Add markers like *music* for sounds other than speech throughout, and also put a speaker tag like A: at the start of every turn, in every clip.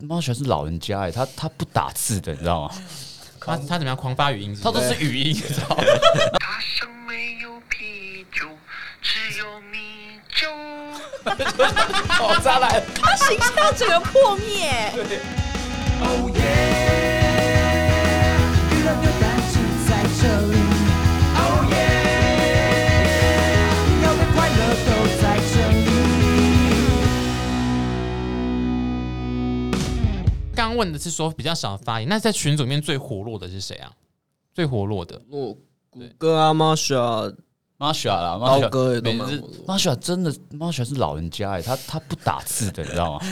A: 猫小是老人家哎，他他不打字的，你知道吗？
B: 他他怎么样狂发语音
A: *laughs*
B: 是
A: 他
B: 不
A: 都
B: 是？
A: 是语音，你知道吗？
C: 大象没有啤酒，只有米酒。
A: 好 *laughs* 渣男。
D: 他形象整个破灭。
E: Oh yeah，娱乐扭蛋机在这里。Oh yeah，要的快乐都在这里。
B: 刚刚问的是说比较少发言，那在群组里面最活络的是谁啊？最活络的
F: 我谷歌啊，Masha，
A: Masha 啦
F: 刀哥也都蛮活络
A: ，Masha 真的 Masha 是老人家哎，他他不打字的，你知道吗？ *laughs*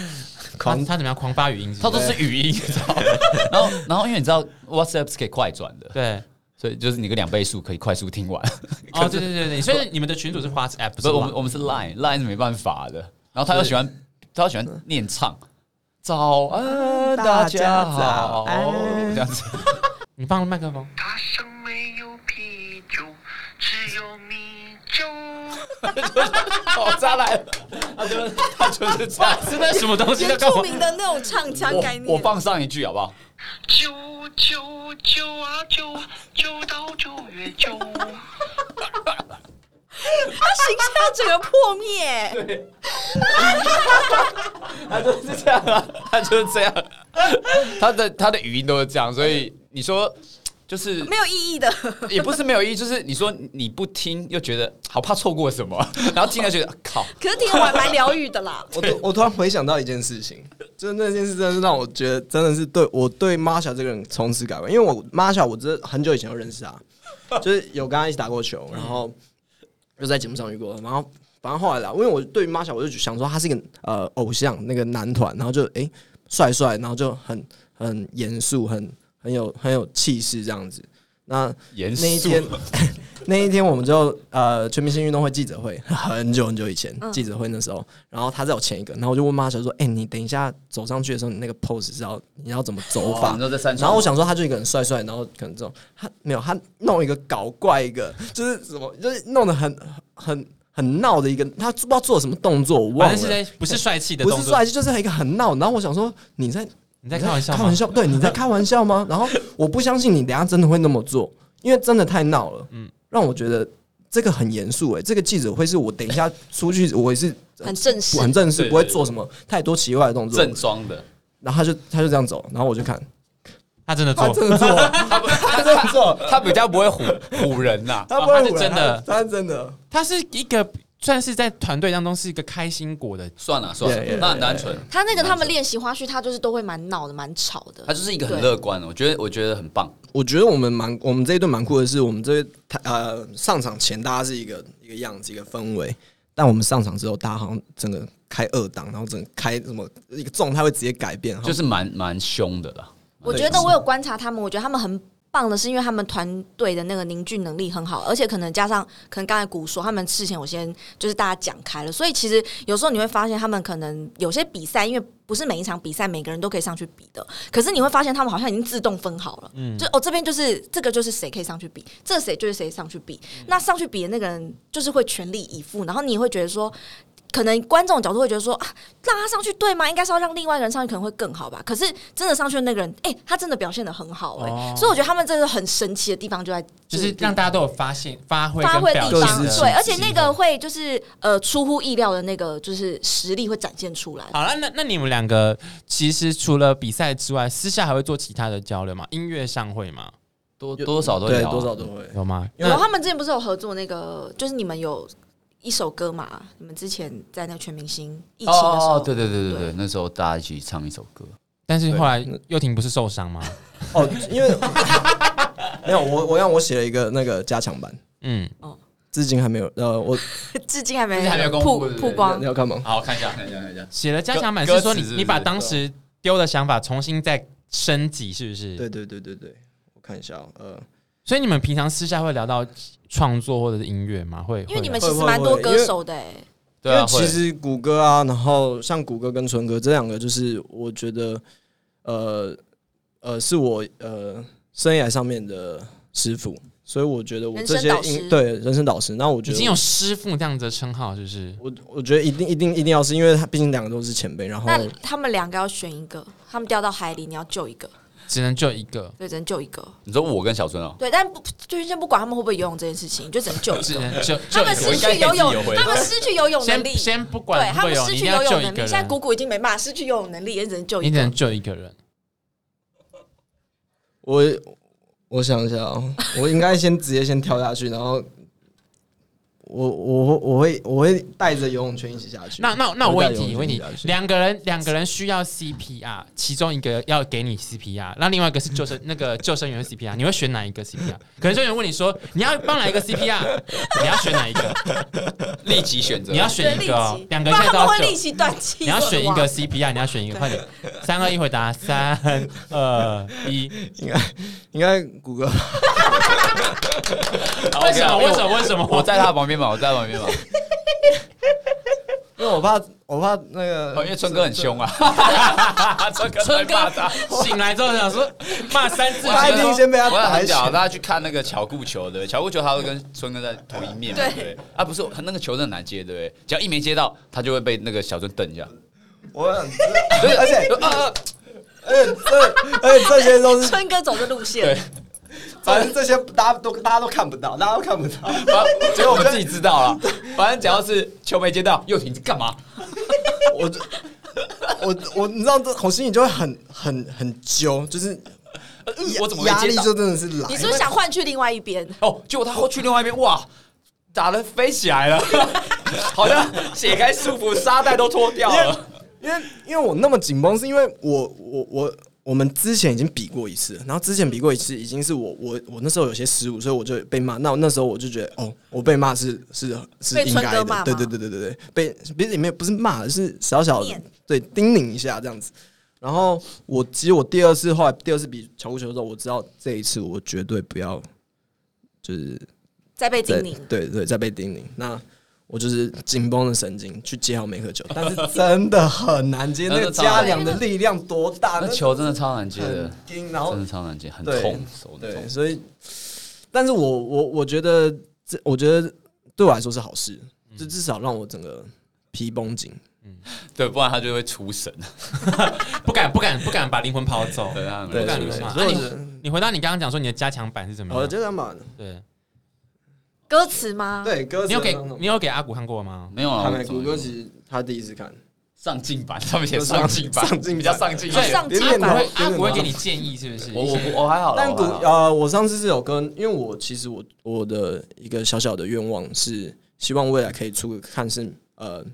B: 他他怎么样狂发语音是
A: 他
B: 不
A: 都
B: 是？
A: 是语音，你知道吗？然后然后因为你知道 WhatsApp 是可以快转的，
B: *laughs* 对，
A: 所以就是你个两倍速可以快速听完。 *laughs*
B: 哦，对对对对，所以你们的群主是 WhatsApp，不
A: 不
B: 是
A: 是我们
B: Line
A: 我们是 Line，Line 是没办法的。然后他又喜欢他又喜欢念唱，早安大
D: 大
A: 家
D: 家
A: 好
D: 早安
A: 这样子。 *laughs*
B: 你放麦克风，
C: 大象没有啤酒，只有米酒。
A: 好渣男， *laughs* 他就是他就是这样。
B: 真的什么东西在
D: 原
B: 干
D: 住
B: 嘛？
D: 民的那种唱腔概念，
A: 我我放上一句好不好？
C: 九九九啊九，九到九月九。
D: 他形象整个破
A: *laughs*
D: 灭。
A: 他就是这样啊， *laughs* 他就是这样，他的他的语音都是这样，所以你说就是
D: 没有意义的，
A: 也不是没有意义，就是你说你不听又觉得好怕错过什么， *laughs* 然后听了觉得啊靠，
D: 可是听完蛮疗愈的
A: *laughs*
D: 啦。
F: 我突我突然回想到一件事情， *laughs* 就是那件事真的是让我觉得真的是对我对 Masha 这个人从此改观，因为我 Masha 我真的很久以前就认识他，就是有跟他一起打过球，然后又在节目上遇过，然后反正后来啦，因为我对于 Masha 我就想说他是一个呃偶像那个男团，然后就诶帅帅，然后就很很严肃，很呃很有很有气势这样子。那
A: 严肃
F: 那一天， *laughs* 那一天我们就呃全明星运动会记者会，很久很久以前、记者会那时候，然后他在我前一个，然后我就问妈小说：“哎、你等一下走上去的时候，你那个 pose 是要你要怎么走
A: 哦
F: 法？”
A: 你说在山上
F: 然后我想说，他就一个很帅帅，然后可能这种他没有他弄一个搞怪一个，就是什么就是弄得很很很闹的一个，他不知道做什么动作，我忘
B: 反
F: 了
B: 正是。在不是帅气的
F: 不
B: 动
F: 是
B: 作
F: 帅，，气，就是一个很闹。然后我想说，你在
B: 你在开玩笑吗
F: 开玩笑，对，你在开玩笑吗？然后我不相信你，等一下真的会那么做，因为真的太闹了，嗯，让我觉得这个很严肃哎，这个记者会是我等一下出去， *laughs* 我也是
D: 很正式
F: 很正式，
A: 对
F: 不会
A: 对
F: 做什么太多奇怪的动作。
A: 正装的，
F: 然后他就他就这样走，然后我就看
B: 他真的
F: 他
B: 做，
F: 真的做，
A: *laughs* 他不他这样做， *laughs* 他比较不会唬唬人呐、
F: *laughs* 他不会
B: 他是
F: 唬人
B: 真的
F: 他他是真的，
B: 他是一个算是在团队当中是一个开心果的，
A: 算了算了，
F: Yeah, yeah,
A: 那很单纯。
D: 他那个他们练习花絮，他就是都会蛮闹的，蛮吵的。
A: 他就是一个很乐观的，我觉得我觉得很棒。
F: 我觉得我们蛮，我们这一队蛮酷的是，我们这一台呃上场前大家是一个一个样子，一个氛围，但我们上场之后，大家好像整个开二档，然后整个开什么一个状态会直接改变，
A: 就是蛮蛮凶的啦。
D: 我觉得我有观察他们，我觉得他们很棒的是，因为他们团队的那个凝聚能力很好，而且可能加上可能刚才古说他们事前我先就是大家讲开了，所以其实有时候你会发现他们可能有些比赛，因为不是每一场比赛每个人都可以上去比的，可是你会发现他们好像已经自动分好了，嗯，就哦这边就是这个就是谁可以上去比，这个谁就是谁上去比，那上去比的那个人就是会全力以赴，然后你也会觉得说。可能观众角度会觉得说啊，让他上去对吗？应该是要让另外一个人上去，可能会更好吧。可是真的上去的那个人，哎、他真的表现的很好哎、所以我觉得他们这个很神奇的地方就在
B: 哦就是
D: 这
B: 让大家都有发现发挥
D: 发
B: 跟
D: 挥
B: 表
D: 地
B: 现
D: 方，
F: 各自
B: 的
D: 对，而且那
B: 机
D: 个
B: 会
D: 会就是呃出乎意料的那个就是实力会展现出来。
B: 好了，那那你们两个其实除了比赛之外，私下还会做其他的交流吗？音乐上会吗？
A: 多多少都
F: 对
A: 聊啊
F: 多少都会。
B: 有吗？
D: 然后
B: 那
D: 他们之前不是有合作那个，就是你们有一首歌嘛？你们之前在那个全明星疫情的时候，
A: 哦对对对对
D: 对
A: 对，那时候大家一起唱一首歌，
B: 但是后来又婷不是
A: *laughs*
B: 受伤吗？
F: 哦，因为没有我，我让我写了一个那个加强版，
B: 嗯，
F: 至今还没有。呃，我
D: *laughs* 至今还
A: 至
D: 没
A: 今还没有公布
D: 曝
A: 对不对
D: 曝光
F: 你。要看吗？
A: 好看一下，看一下，看一下。
B: 写了加强版
A: 歌
B: 是说
A: 歌词
B: 你
A: 是不是
B: 你把当时丢的想法重新再升级，是不是？
F: 对。对对对对，我看一下、哦，呃，
B: 所以你们平常私下会聊到创作或者是音乐吗？会，
D: 因为你
B: 会
D: 们
B: 聊
D: 其实蛮多歌手的、哎，
A: 对
F: 因
A: 啊，
F: 为其
A: 会
F: 实谷歌啊，然后像谷歌跟纯哥这两个，就是我觉得，呃呃，是我呃生涯上面的师傅，所以我觉得我
D: 人
F: 这
D: 生
F: 些
D: 导
F: 音
D: 师
F: 对人生导师，那我觉
B: 已
F: 得
B: 经
F: 我
B: 有师傅这样子的称号，是不是？
F: 我我觉得一定一定一定要是因为他毕竟两个都是前辈，然后
D: 那他们两个要选一个，他们掉到海里，你要救一个，
B: 只能救一个，
D: 对，只能救一个。
A: 你说我跟小春哦，
D: 对，但不就先不管他们会不会游泳这件事情，就只能救一
B: 只
D: 个。
B: 能救救
D: *laughs* 他
B: 一
D: 们
B: 个
D: 失
A: 应该可
D: 去
A: 以自
D: 游
A: 己
D: 泳
A: 游回，来
D: 他们失去游泳能力，
B: 先先不
D: 对
B: 管
D: 他
B: 会
D: 们
B: 有，
D: 失
B: 你一
D: 去
B: 定
D: 游
B: 要救
D: 泳
B: 一
D: 能力。
B: 个
D: 现在
B: 人，
D: 姑姑已经没办法失去游泳能力，也只能救
B: 你
D: 一
B: 只
D: 个
B: 能。救一个人。
F: 我我想一下哦，我应该先直接先跳下去，然后我我我会我会带着游泳圈一起下去。
B: 那那那我
F: 会带
B: 问
F: 游
B: 题
F: 泳
B: 问
F: 圈一
B: 题
F: 起下，去
B: 两个人两个人需要 CPR，其中一个要给你 CPR，那另外一个是救
D: *laughs*
B: 生那个救生员 CPR，你会选哪一个 CPR？可能救生员问你说你要帮哪一个
D: *laughs*
B: CPR，你要选哪一个？
A: 立即选择
B: 你要选一
D: 立
B: 个哦
D: 即，，
B: 两个
D: 不
B: 现在
D: 然他
B: 都
D: 们
B: 要
D: 会立
B: 救。
D: 即断气。
B: 你要选一
D: 哇
B: 个 CPR，你要选一个，快点，三二一回答，三二一。
F: 应该应该谷歌吧
A: 好
B: 为什么？
A: OK，
B: 为什么？为什么？
A: 我在他旁边嘛，我在他旁边嘛，
F: *laughs* 因为我怕我怕那个，
A: 哦因为春哥很凶啊，春哥 *laughs*
B: 春
A: 春
B: 哥
A: 哥他。
B: 醒来之后想说骂三字
F: 他一定
B: 经，
F: 先被他
A: 我
F: 打
A: 很
F: 一
A: 讲，
F: 拳。
A: 大家去看那个乔固球，对不对？乔固球他会跟春哥在同一面嘛，对不对？啊，不是，他那个球真的很难接，对不对？只要一没接到，他就会被那个小春瞪一下，
F: 我
A: *laughs*
F: 很知道，而且
A: 啊啊！
F: 而且这而且这些都是，
D: 春哥走的路线 *laughs*
A: 对，
F: 反正这些大家都大家都看不到，大家都看不到。
A: 反结果我们自己知道了，反正只要是球没接到，又停干嘛？
F: 我就我我你知道，这我心里就会很很很揪，就是
A: 呃我怎么
F: 压
A: 没
F: 力
A: 接到
F: 就？真的是来。
D: 你是不是想换去另外一边？
A: 哦，结果他后去另外一边，哇，打的飞起来了， *laughs* 好像解开束缚，沙袋都脱掉了。
F: 因为因为我那么紧绷，是因为我我我我们之前已经比过一次了，然后之前比过一次已经是我我我那时候有些失误，所以我就被骂。那我那时候我就觉得，哦，我被骂是是是
D: 被
F: 应
D: 春
F: 该
D: 哥
F: 的
D: 骂，
F: 对
D: 吗
F: 对对对对对，被不是也没有不是骂，是小小的
D: 念
F: 对叮咛一下这样子。然后我其实我第二次后来第二次比乔布球的时候，我知道这一次我绝对不要就是
D: 再被叮
F: 在
D: 咛，
F: 对对，在被叮咛。那我就是紧绷的神经去接好每颗球，但是 *laughs* 真的很难接，那个加量的力量多大？
A: 那球真的超难接的
F: 很，硬，然后
A: 真的超难接，很
F: 对
A: 痛，手很
F: 对，
A: 痛。
F: 所以，但是我我我觉得这，我觉得对我来说是好事，就至少让我整个皮绷紧。
A: 对，不然他就会出神。
B: 不敢不敢不敢把灵魂跑走。
A: 对他没
F: 对
B: 不敢
A: 出
B: 流
F: 对
A: 神
B: 嘛。
F: 所以
B: 啊
F: 我
B: 你
F: 觉得
B: 你回到你刚刚讲说你的加强版是怎么
F: 好的，就
B: 样？
F: 哦这样吧。
B: 对，
D: 歌词吗？，
F: 对，歌词
B: 你有给
F: 上头
B: 你有给阿古看过吗？
A: 没有啊，
F: 他
A: 我
F: 们
A: 怎么
F: 谷歌其实他第一次看，
A: 上进版，上面写上进版，
F: 上进版
A: 比较上进一
D: 就
A: 点。
D: 上
F: 别
D: 进
F: 念
B: 阿古
F: 了
D: 吧。
B: 会阿古会给你建议是不是？
A: 我
B: 一
A: 我
B: 些
A: 我我还好啦，
F: 但
A: 我
F: 古
A: 还好
F: 呃，我上次是有跟，因为我其实我我的一个小小的愿望是，希望未来可以出个看是呃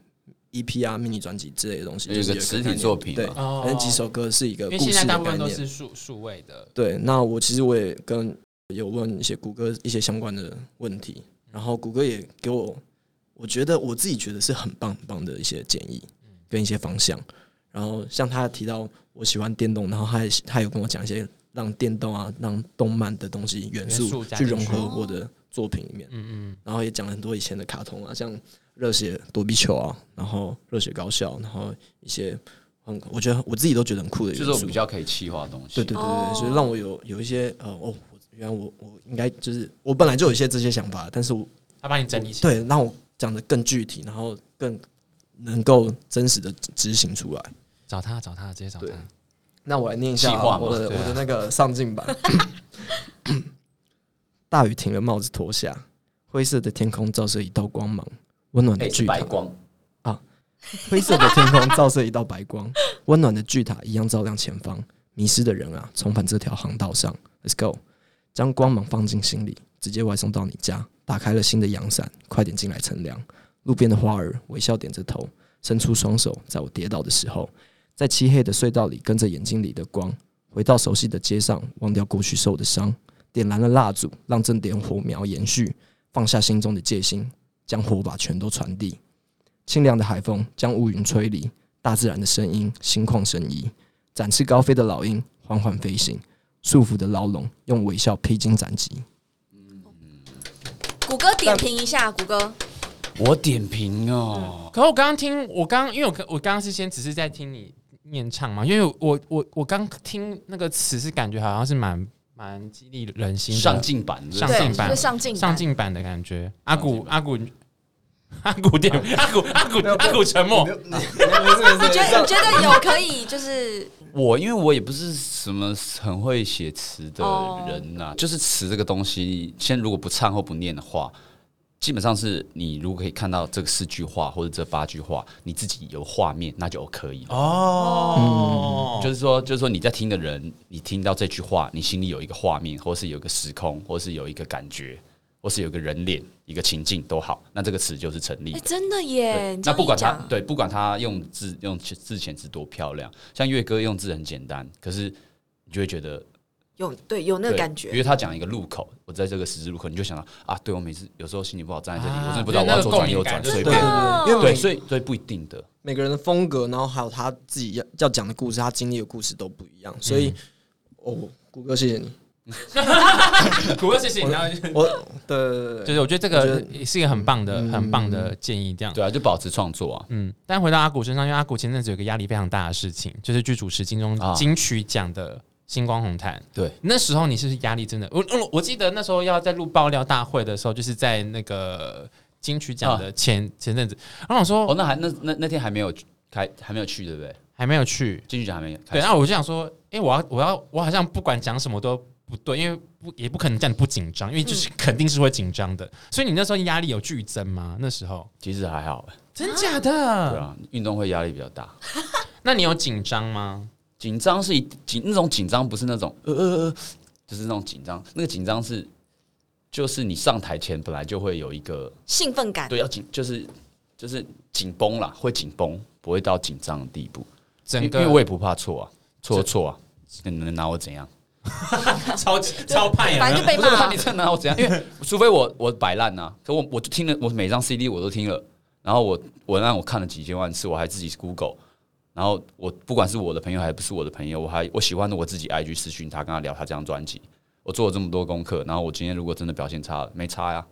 F: EP 啊、迷你专辑之类的东西，
A: 有
F: 就
A: 一
F: 是
A: 个
F: 有
A: 实体
F: 概念
A: 作品
F: 对，
A: 嘛
B: 哦
F: 反正几首歌是一个
B: 因
F: 故
B: 为现在
F: 事
B: 大
F: 的
B: 部
F: 概
B: 分都
F: 念。
B: 是数数位的，
F: 对，那我其实我也跟有问一些谷歌一些相关的问题，然后谷歌也给我，我觉得我自己觉得是很棒很棒的一些建议跟一些方向。然后像他提到我喜欢电动，然后他也他有跟我讲一些让电动啊、让动漫的东西元
B: 元
F: 素
B: 素加
F: 去
B: 进去
F: 融合我的作品里面。
B: 嗯
F: 然后也讲了很多以前的卡通啊，像热血躲避球啊，然后热血高校，然后一些很我觉得我自己都觉得很酷的元
A: 就是我
F: 素
A: 比。较可以气化的东西。
F: 对对对对，
D: 哦
F: 所以让我有有一些呃哦，我原来我我应该就是我本来就有一些这些想法，但是我
B: 嗯，他帮你整理起来。
F: 对让我讲的更具体，然后更能够真实的执行出来。
B: 找他找他直接找他
F: 对。那我来念一下
A: 计划
F: 啊
A: 嘛
F: 我的
B: 对啊
F: 我的那个上镜版。 *coughs* 大雨停了，帽子脱下，灰色的天空照射一道光芒，温暖的
A: 哎，
F: 巨
A: 是
F: 塔
A: 白。光，
F: 灰色的天空照射一道白光， *laughs* 温暖的巨塔一样照亮前方。迷失的人啊，重返这条航道上，Let's go！将光芒放进心里，直接外送到你家。打开了新的阳伞，快点进来乘凉。路边的花儿微笑点着头，伸出双手，在我跌倒的时候，在漆黑的隧道里跟着眼睛里的光，回到熟悉的街上，忘掉过去受的伤。点燃了蜡烛，让正点火苗延续，放下心中的戒心，将火把全都传递。清凉的海风将乌云吹离，大自然的声音心旷神怡，展翅高飞的老鹰缓缓飞行，束缚的牢笼用微笑披荆斩棘。
D: 谷歌点评一下，谷歌
A: 我点评哦，
B: 可我刚刚听，我刚刚因为我我刚刚是先只是在听你念唱嘛，因为我我我刚听那个词是感觉好像是蛮蛮激励人心的，
A: 哎上进版
B: 上
D: 对
B: 进版
D: 就是上进版
B: 上进版的感觉。阿古阿古阿古点阿古阿古阿古沉默
F: 没，有，没有没有没有没
D: 你觉得
F: 有
D: 你觉得有可以就是
A: 我因为我也不是什么很会写词的
D: 哦
A: 人呐、就是词这个东西，先如果不唱或不念的话，基本上是你如果可以看到这四句话或者这八句话，你自己有画面，那就可以了。
B: 哦，
A: 就是说，就是说你在听的人，你听到这句话，你心里有一个画面，或是有一个时空，或是有一个感觉，或是有一个人脸、一个情境都好，那这个词就是成立的。
D: 哎、真的耶，
A: 对
D: 你这
A: 那
D: 样
A: 不
D: 一
A: 管他
D: 讲，
A: 对，不管他用字用字遣词多漂亮，像月歌用字很简单，可是你就会觉得
D: 有对有那个
A: 对
D: 感
A: 因
D: 觉，
A: 为他讲一个路口，我在这个十字路口，你就想到啊，对我每次有时候心情不好站在这里，
B: 啊
A: 我真的不知道我要左转右转，
B: 那
A: 所
B: 个
A: 以不一
B: 共鸣
F: 对对
A: 定
D: 哦
F: 对，因为
A: 对，
F: 每
A: 所以所以不一定的。
F: 每个人的风格，然后还有他自己要要讲的故事，他经历的故事都不一样，所以哦，谷歌谢谢你，
B: 古哥谢谢你，然后就是
F: 我对对对对
B: 就
F: 对，
B: 是我觉得这
F: 我
B: 个
F: 觉得嗯
B: 也是一个很棒的很棒的建议，这样。
A: 对啊，就保持创作啊，
B: 嗯，但回到阿古身上，因为阿古前阵子有个压力非常大的事情，就是剧主持金钟
A: 啊
B: 金曲奖的星光红毯。
A: 对，
B: 那时候你是不是压力真的？我我我记得那时候要在录爆料大会的时候，就是在那个金曲奖的前、前阵子，然后我说、
A: 啊哦，那还那那那天还没有开，还没有去，对不对？
B: 还没有去，
A: 金曲奖还没开
B: 对，
A: 始
B: 然后我就想说，哎、我要我要我好像不管讲什么都不对，因为不也不可能这样不紧张，因为就是肯定是会紧张的。所以你那时候压力有剧增吗？那时候
A: 其实还好，
B: 真假
A: 对
B: 的？
A: 啊，运动会压力比较大，
B: 那你有紧张吗？
A: 紧张是一紧那种紧张，不是那种呃呃呃，就是那种紧张，那个紧张是就是你上台前本来就会有一个
D: 兴奋感，
A: 对要紧，就是就是紧绷啦，会紧绷，不会到紧张的地步。
B: 整
A: 因
B: 个
A: 因为我也不怕错啊，错就错啊，你能拿我怎样？
B: 超超派
D: 反正就被
A: 不是 *laughs* 怕
D: 骂
A: 你，真的拿我怎样？因为除非我我摆烂呐，可我我就听了，我每张 CD 我都听了，然后我我让我看了几千万次，我还自己 Google，然后我不管是我的朋友还不是我的朋友，我还我喜欢的我自己 IG 私讯他，跟他聊他这张专辑。我做了这么多功课，然后我今天如果真的表现差了，没差呀、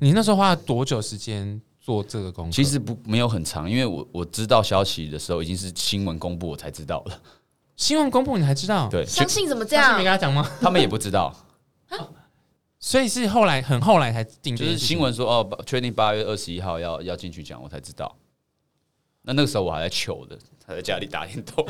B: 你那时候花了多久时间做这个功课？
A: 其实不没有很长，因为我我知道消息的时候已经是新闻公布我才知道了。
B: 新闻公布你还知道？，
A: 对，
D: 相信怎么这
B: 这样
D: 样
B: 没跟？他讲吗？
A: 他们也不知道，
B: 所以是后来很后来才定
A: 就
B: 这件
A: 是
B: 事情，
A: 新闻说哦，确定八月二十一号要要进去讲，我才知道。那那个时候我还在糗的，还在家里打电动。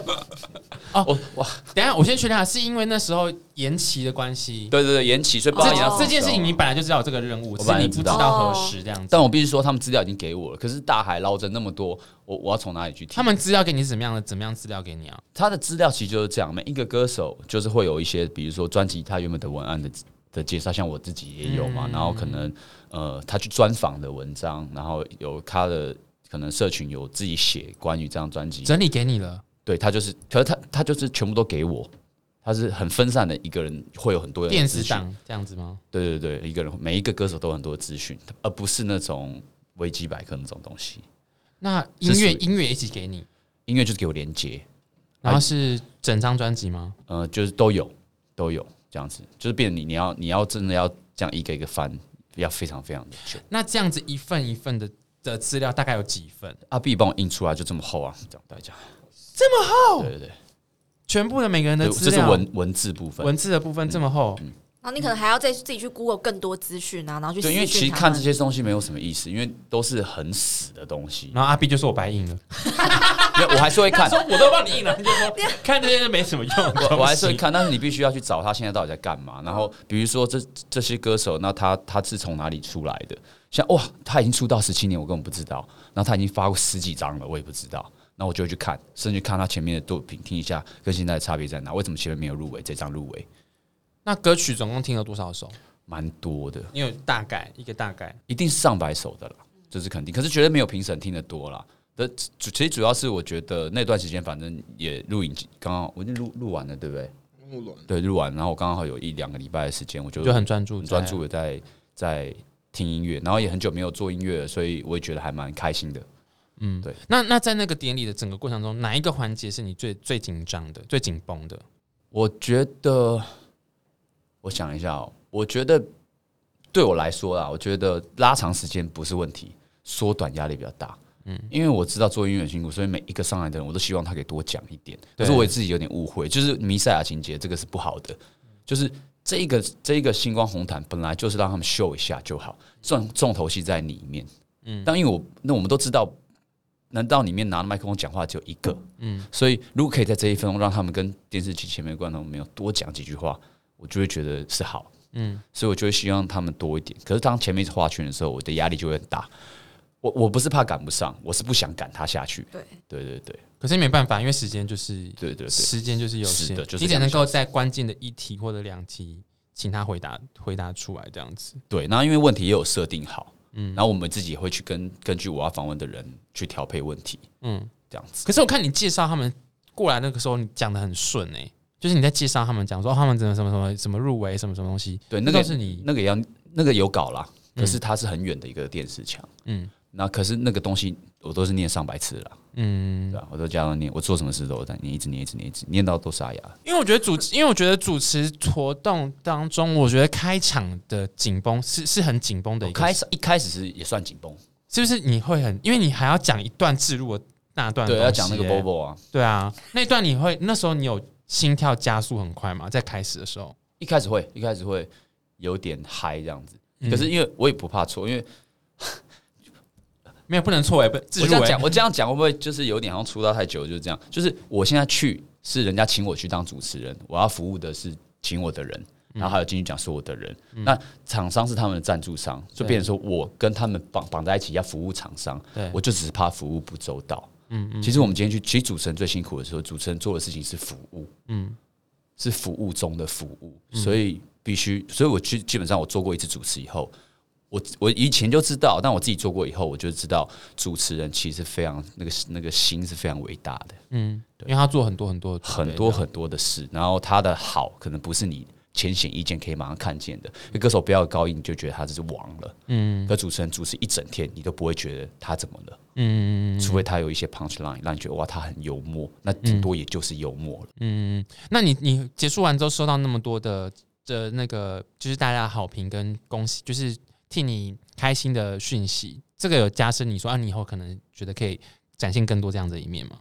B: 哦
A: 哦，哇，
B: 等一下我先确认一下，是因为那时候延期的关系。
A: 对对对，延期，所以八
B: 这
A: 点
D: 哦
A: 要
B: 这件事情你本来就知道有这个任务，
A: 我
B: 只是
A: 本来
B: 你
A: 就
B: 不知
A: 知道
B: 道何时这样子。
A: 但我必须说，他们资料已经给我了。可是大海捞针那么多，我我要从哪里去提？
B: 他们资料给你是怎么样的？怎么样资料给你啊？
A: 他的资料其实就是这样，每一个歌手就是会有一些，比如说专辑他原本的文案的的介绍，像我自己也有
B: 嗯
A: 嘛，然后可能呃他去专访的文章，然后有他的可能社群有自己写关于这张专辑
B: 整理给你了，
A: 对他就是，可是他他就是全部都给我，他是很分散的一个人，会有很多人的
B: 电
A: 资
B: 子
A: 讯，
B: 档这样子吗？
A: 对对对，一个人每一个歌手都有很多的资讯，而不是那种维基百科那种东西。
B: 那音乐
A: 是属哎于
B: 音乐一起给你，
A: 音乐就是给我连接，
B: 然后是整张专辑吗？
A: 呃，就是都有都有这样子，就是变成你你要你要真的要这样一个一个翻，要非常非常的久。
B: 那这样子一份一份的的资料大概有几份？
A: 阿啊 B 帮我印出来，就这么厚啊，这样大家这么厚，对对对，
B: 全部的每个人的
A: 这
B: 资
A: 是
B: 料，
A: 文嗯文字部分，
B: 文字的部分这么厚，
D: 然后你可能还要再自己去 Google 更多资讯啊，然后去
A: 对，因为
D: 私
A: 其
D: 讯
A: 实
D: 他
A: 看这
D: 们
A: 些东西没有什么意思，因为都是很死的东
B: *laughs*
A: 西，
B: 然后阿 B 就说我白印了。 *laughs*
A: 没有我还是会看
B: 他。说我都帮你印了，你就说看这些都没什么用的东西。
A: 我我还是会看，但是你必须要去找他现在到底在干嘛。然后比如说这这些歌手，那他他是从哪里出来的？像哇，他已经出道十七年，我根本不知道。然后他已经发过十几张了，我也不知道。然后我就会去看，甚至看他前面的作品，听一下跟现在的差别在哪？为什么前面没有入围？这张入围
B: 那歌曲总共听了多少首？
A: 蛮多的，
B: 你有大概一个大概？
A: 一定是上百首的啦，这是肯定。可是绝对没有评审听得多啦。的主其实主要是我觉得那段时间反正也录影，刚好我已经录录完了，对不对？
F: 木轮
A: 对，录完，然后我刚好有一两个礼拜的时间，我就
B: 就很专注，
A: 很专注。的在在听音乐，然后也很久没有做音乐了，所以我也觉得还蛮开心的。
B: 那那在那个典礼的整个过程中，哪一个环节是你最最紧张的、最紧绷的？
A: 我觉得，我想一下、哦，我觉得对我来说啦，我觉得拉长时间不是问题，缩短压力比较大。嗯，因为我知道做音乐很辛苦，所以每一个上来的人，我都希望他可以多讲一点。可
B: 对
A: 是我也自己有点误会，就是弥赛亚情节这个是不好的，就是这一个这一个星光红毯本来就是让他们秀一下就好，重重头戏在里面。嗯，但因为我那我们都知道，难道里面拿麦克风讲话只有一个？嗯，所以如果可以在这一分钟让他们跟电视机前面的观众没有多讲几句话，我就会觉得是好。嗯，所以我就会希望他们多一点。可是当前面一直画圈的时候，我的压力就会很大。我我不是怕赶不上，我是不想赶他下去。
D: 对
A: 对对对
B: 可是没办法，因为时间就是
A: 对对对
B: 时间就是有限
A: 是的就是
B: 你只
A: 两
B: 能
A: 个
B: 够在关键的一题或者两题，请他回答回答出来这样子。
A: 对，那因为问题也有设定好，嗯，然后我们自己也会去跟根据我要访问的人去调配问题，
B: 嗯
A: 嗯，这样子。
B: 可是我看你介绍他们过来那个时候，你讲的很顺哎、就是你在介绍他们讲说、哦他们怎么什么什么什么入围什么什么东西，
A: 对，
B: 那
A: 那个
B: 都是你
A: 那个也要那个有稿啦，可是它是很远的一个电视墙，
B: 嗯
A: 嗯，那可是那个东西我都是念上百次了啦，
B: 嗯
A: 对，吧、我都加上念，我做什么事都有在念，一直念，一直念，一直念到都沙哑了。
B: 因为我觉得主
A: *laughs*
B: 持，因为我觉得主持活动当中，我觉得开场的紧绷是是很紧绷的一
A: 我
B: 个，
A: 哦开始一开始是也算紧绷，
B: 是不是？你会很，因为你还要讲一段置入的大段的
A: 对，
B: 东西
A: 要讲那
B: 耶，
A: 个 Bobo 啊，
B: 对啊，那段你会那时候你有心跳加速很快吗？在开始的时候，
A: 一开始会一开始会有点嗨这样子，
B: 嗯
A: 可是因为我也不怕错，因为
B: 没有不能错也不置
A: 我
B: 入
A: 这样
B: 欸
A: 讲，我这样讲会不会就是有点好像出道太久就是这样？就是我现在去是人家请我去当主持人，我要服务的是请我的人，然后还有进去讲说我的人。那厂商是他们的赞助商，就变成说我跟他们绑绑在一起要服务厂商
B: 对，
A: 我就只是怕服务不周到。嗯嗯，其实我们今天去，其实主持人最辛苦的时候，主持人做的事情是服务，嗯，是服务中的服务，所以必须，所以我去基本上我做过一次主持以后，我我以前就知道，但我自己做过以后，我就知道主持人其实非常那个那个心是非常伟大的，
B: 嗯，因为他做很多很多的准备
A: 很多很多的事，然后他的好可能不是你浅显意见可以马上看见的。因为歌手不要有高音，你就觉得他这是王了，嗯，可主持人主持一整天，你都不会觉得他怎么了，嗯，除非他有一些 punch line 让你觉得哇他很幽默，那顶多也就是幽默了。
B: 嗯，那你你结束完之后收到那么多的的那个，就是大家的好评跟恭喜，就是替你开心的讯息，这个有加深你说啊，你以后可能觉得可以展现更多这样子的一面嘛？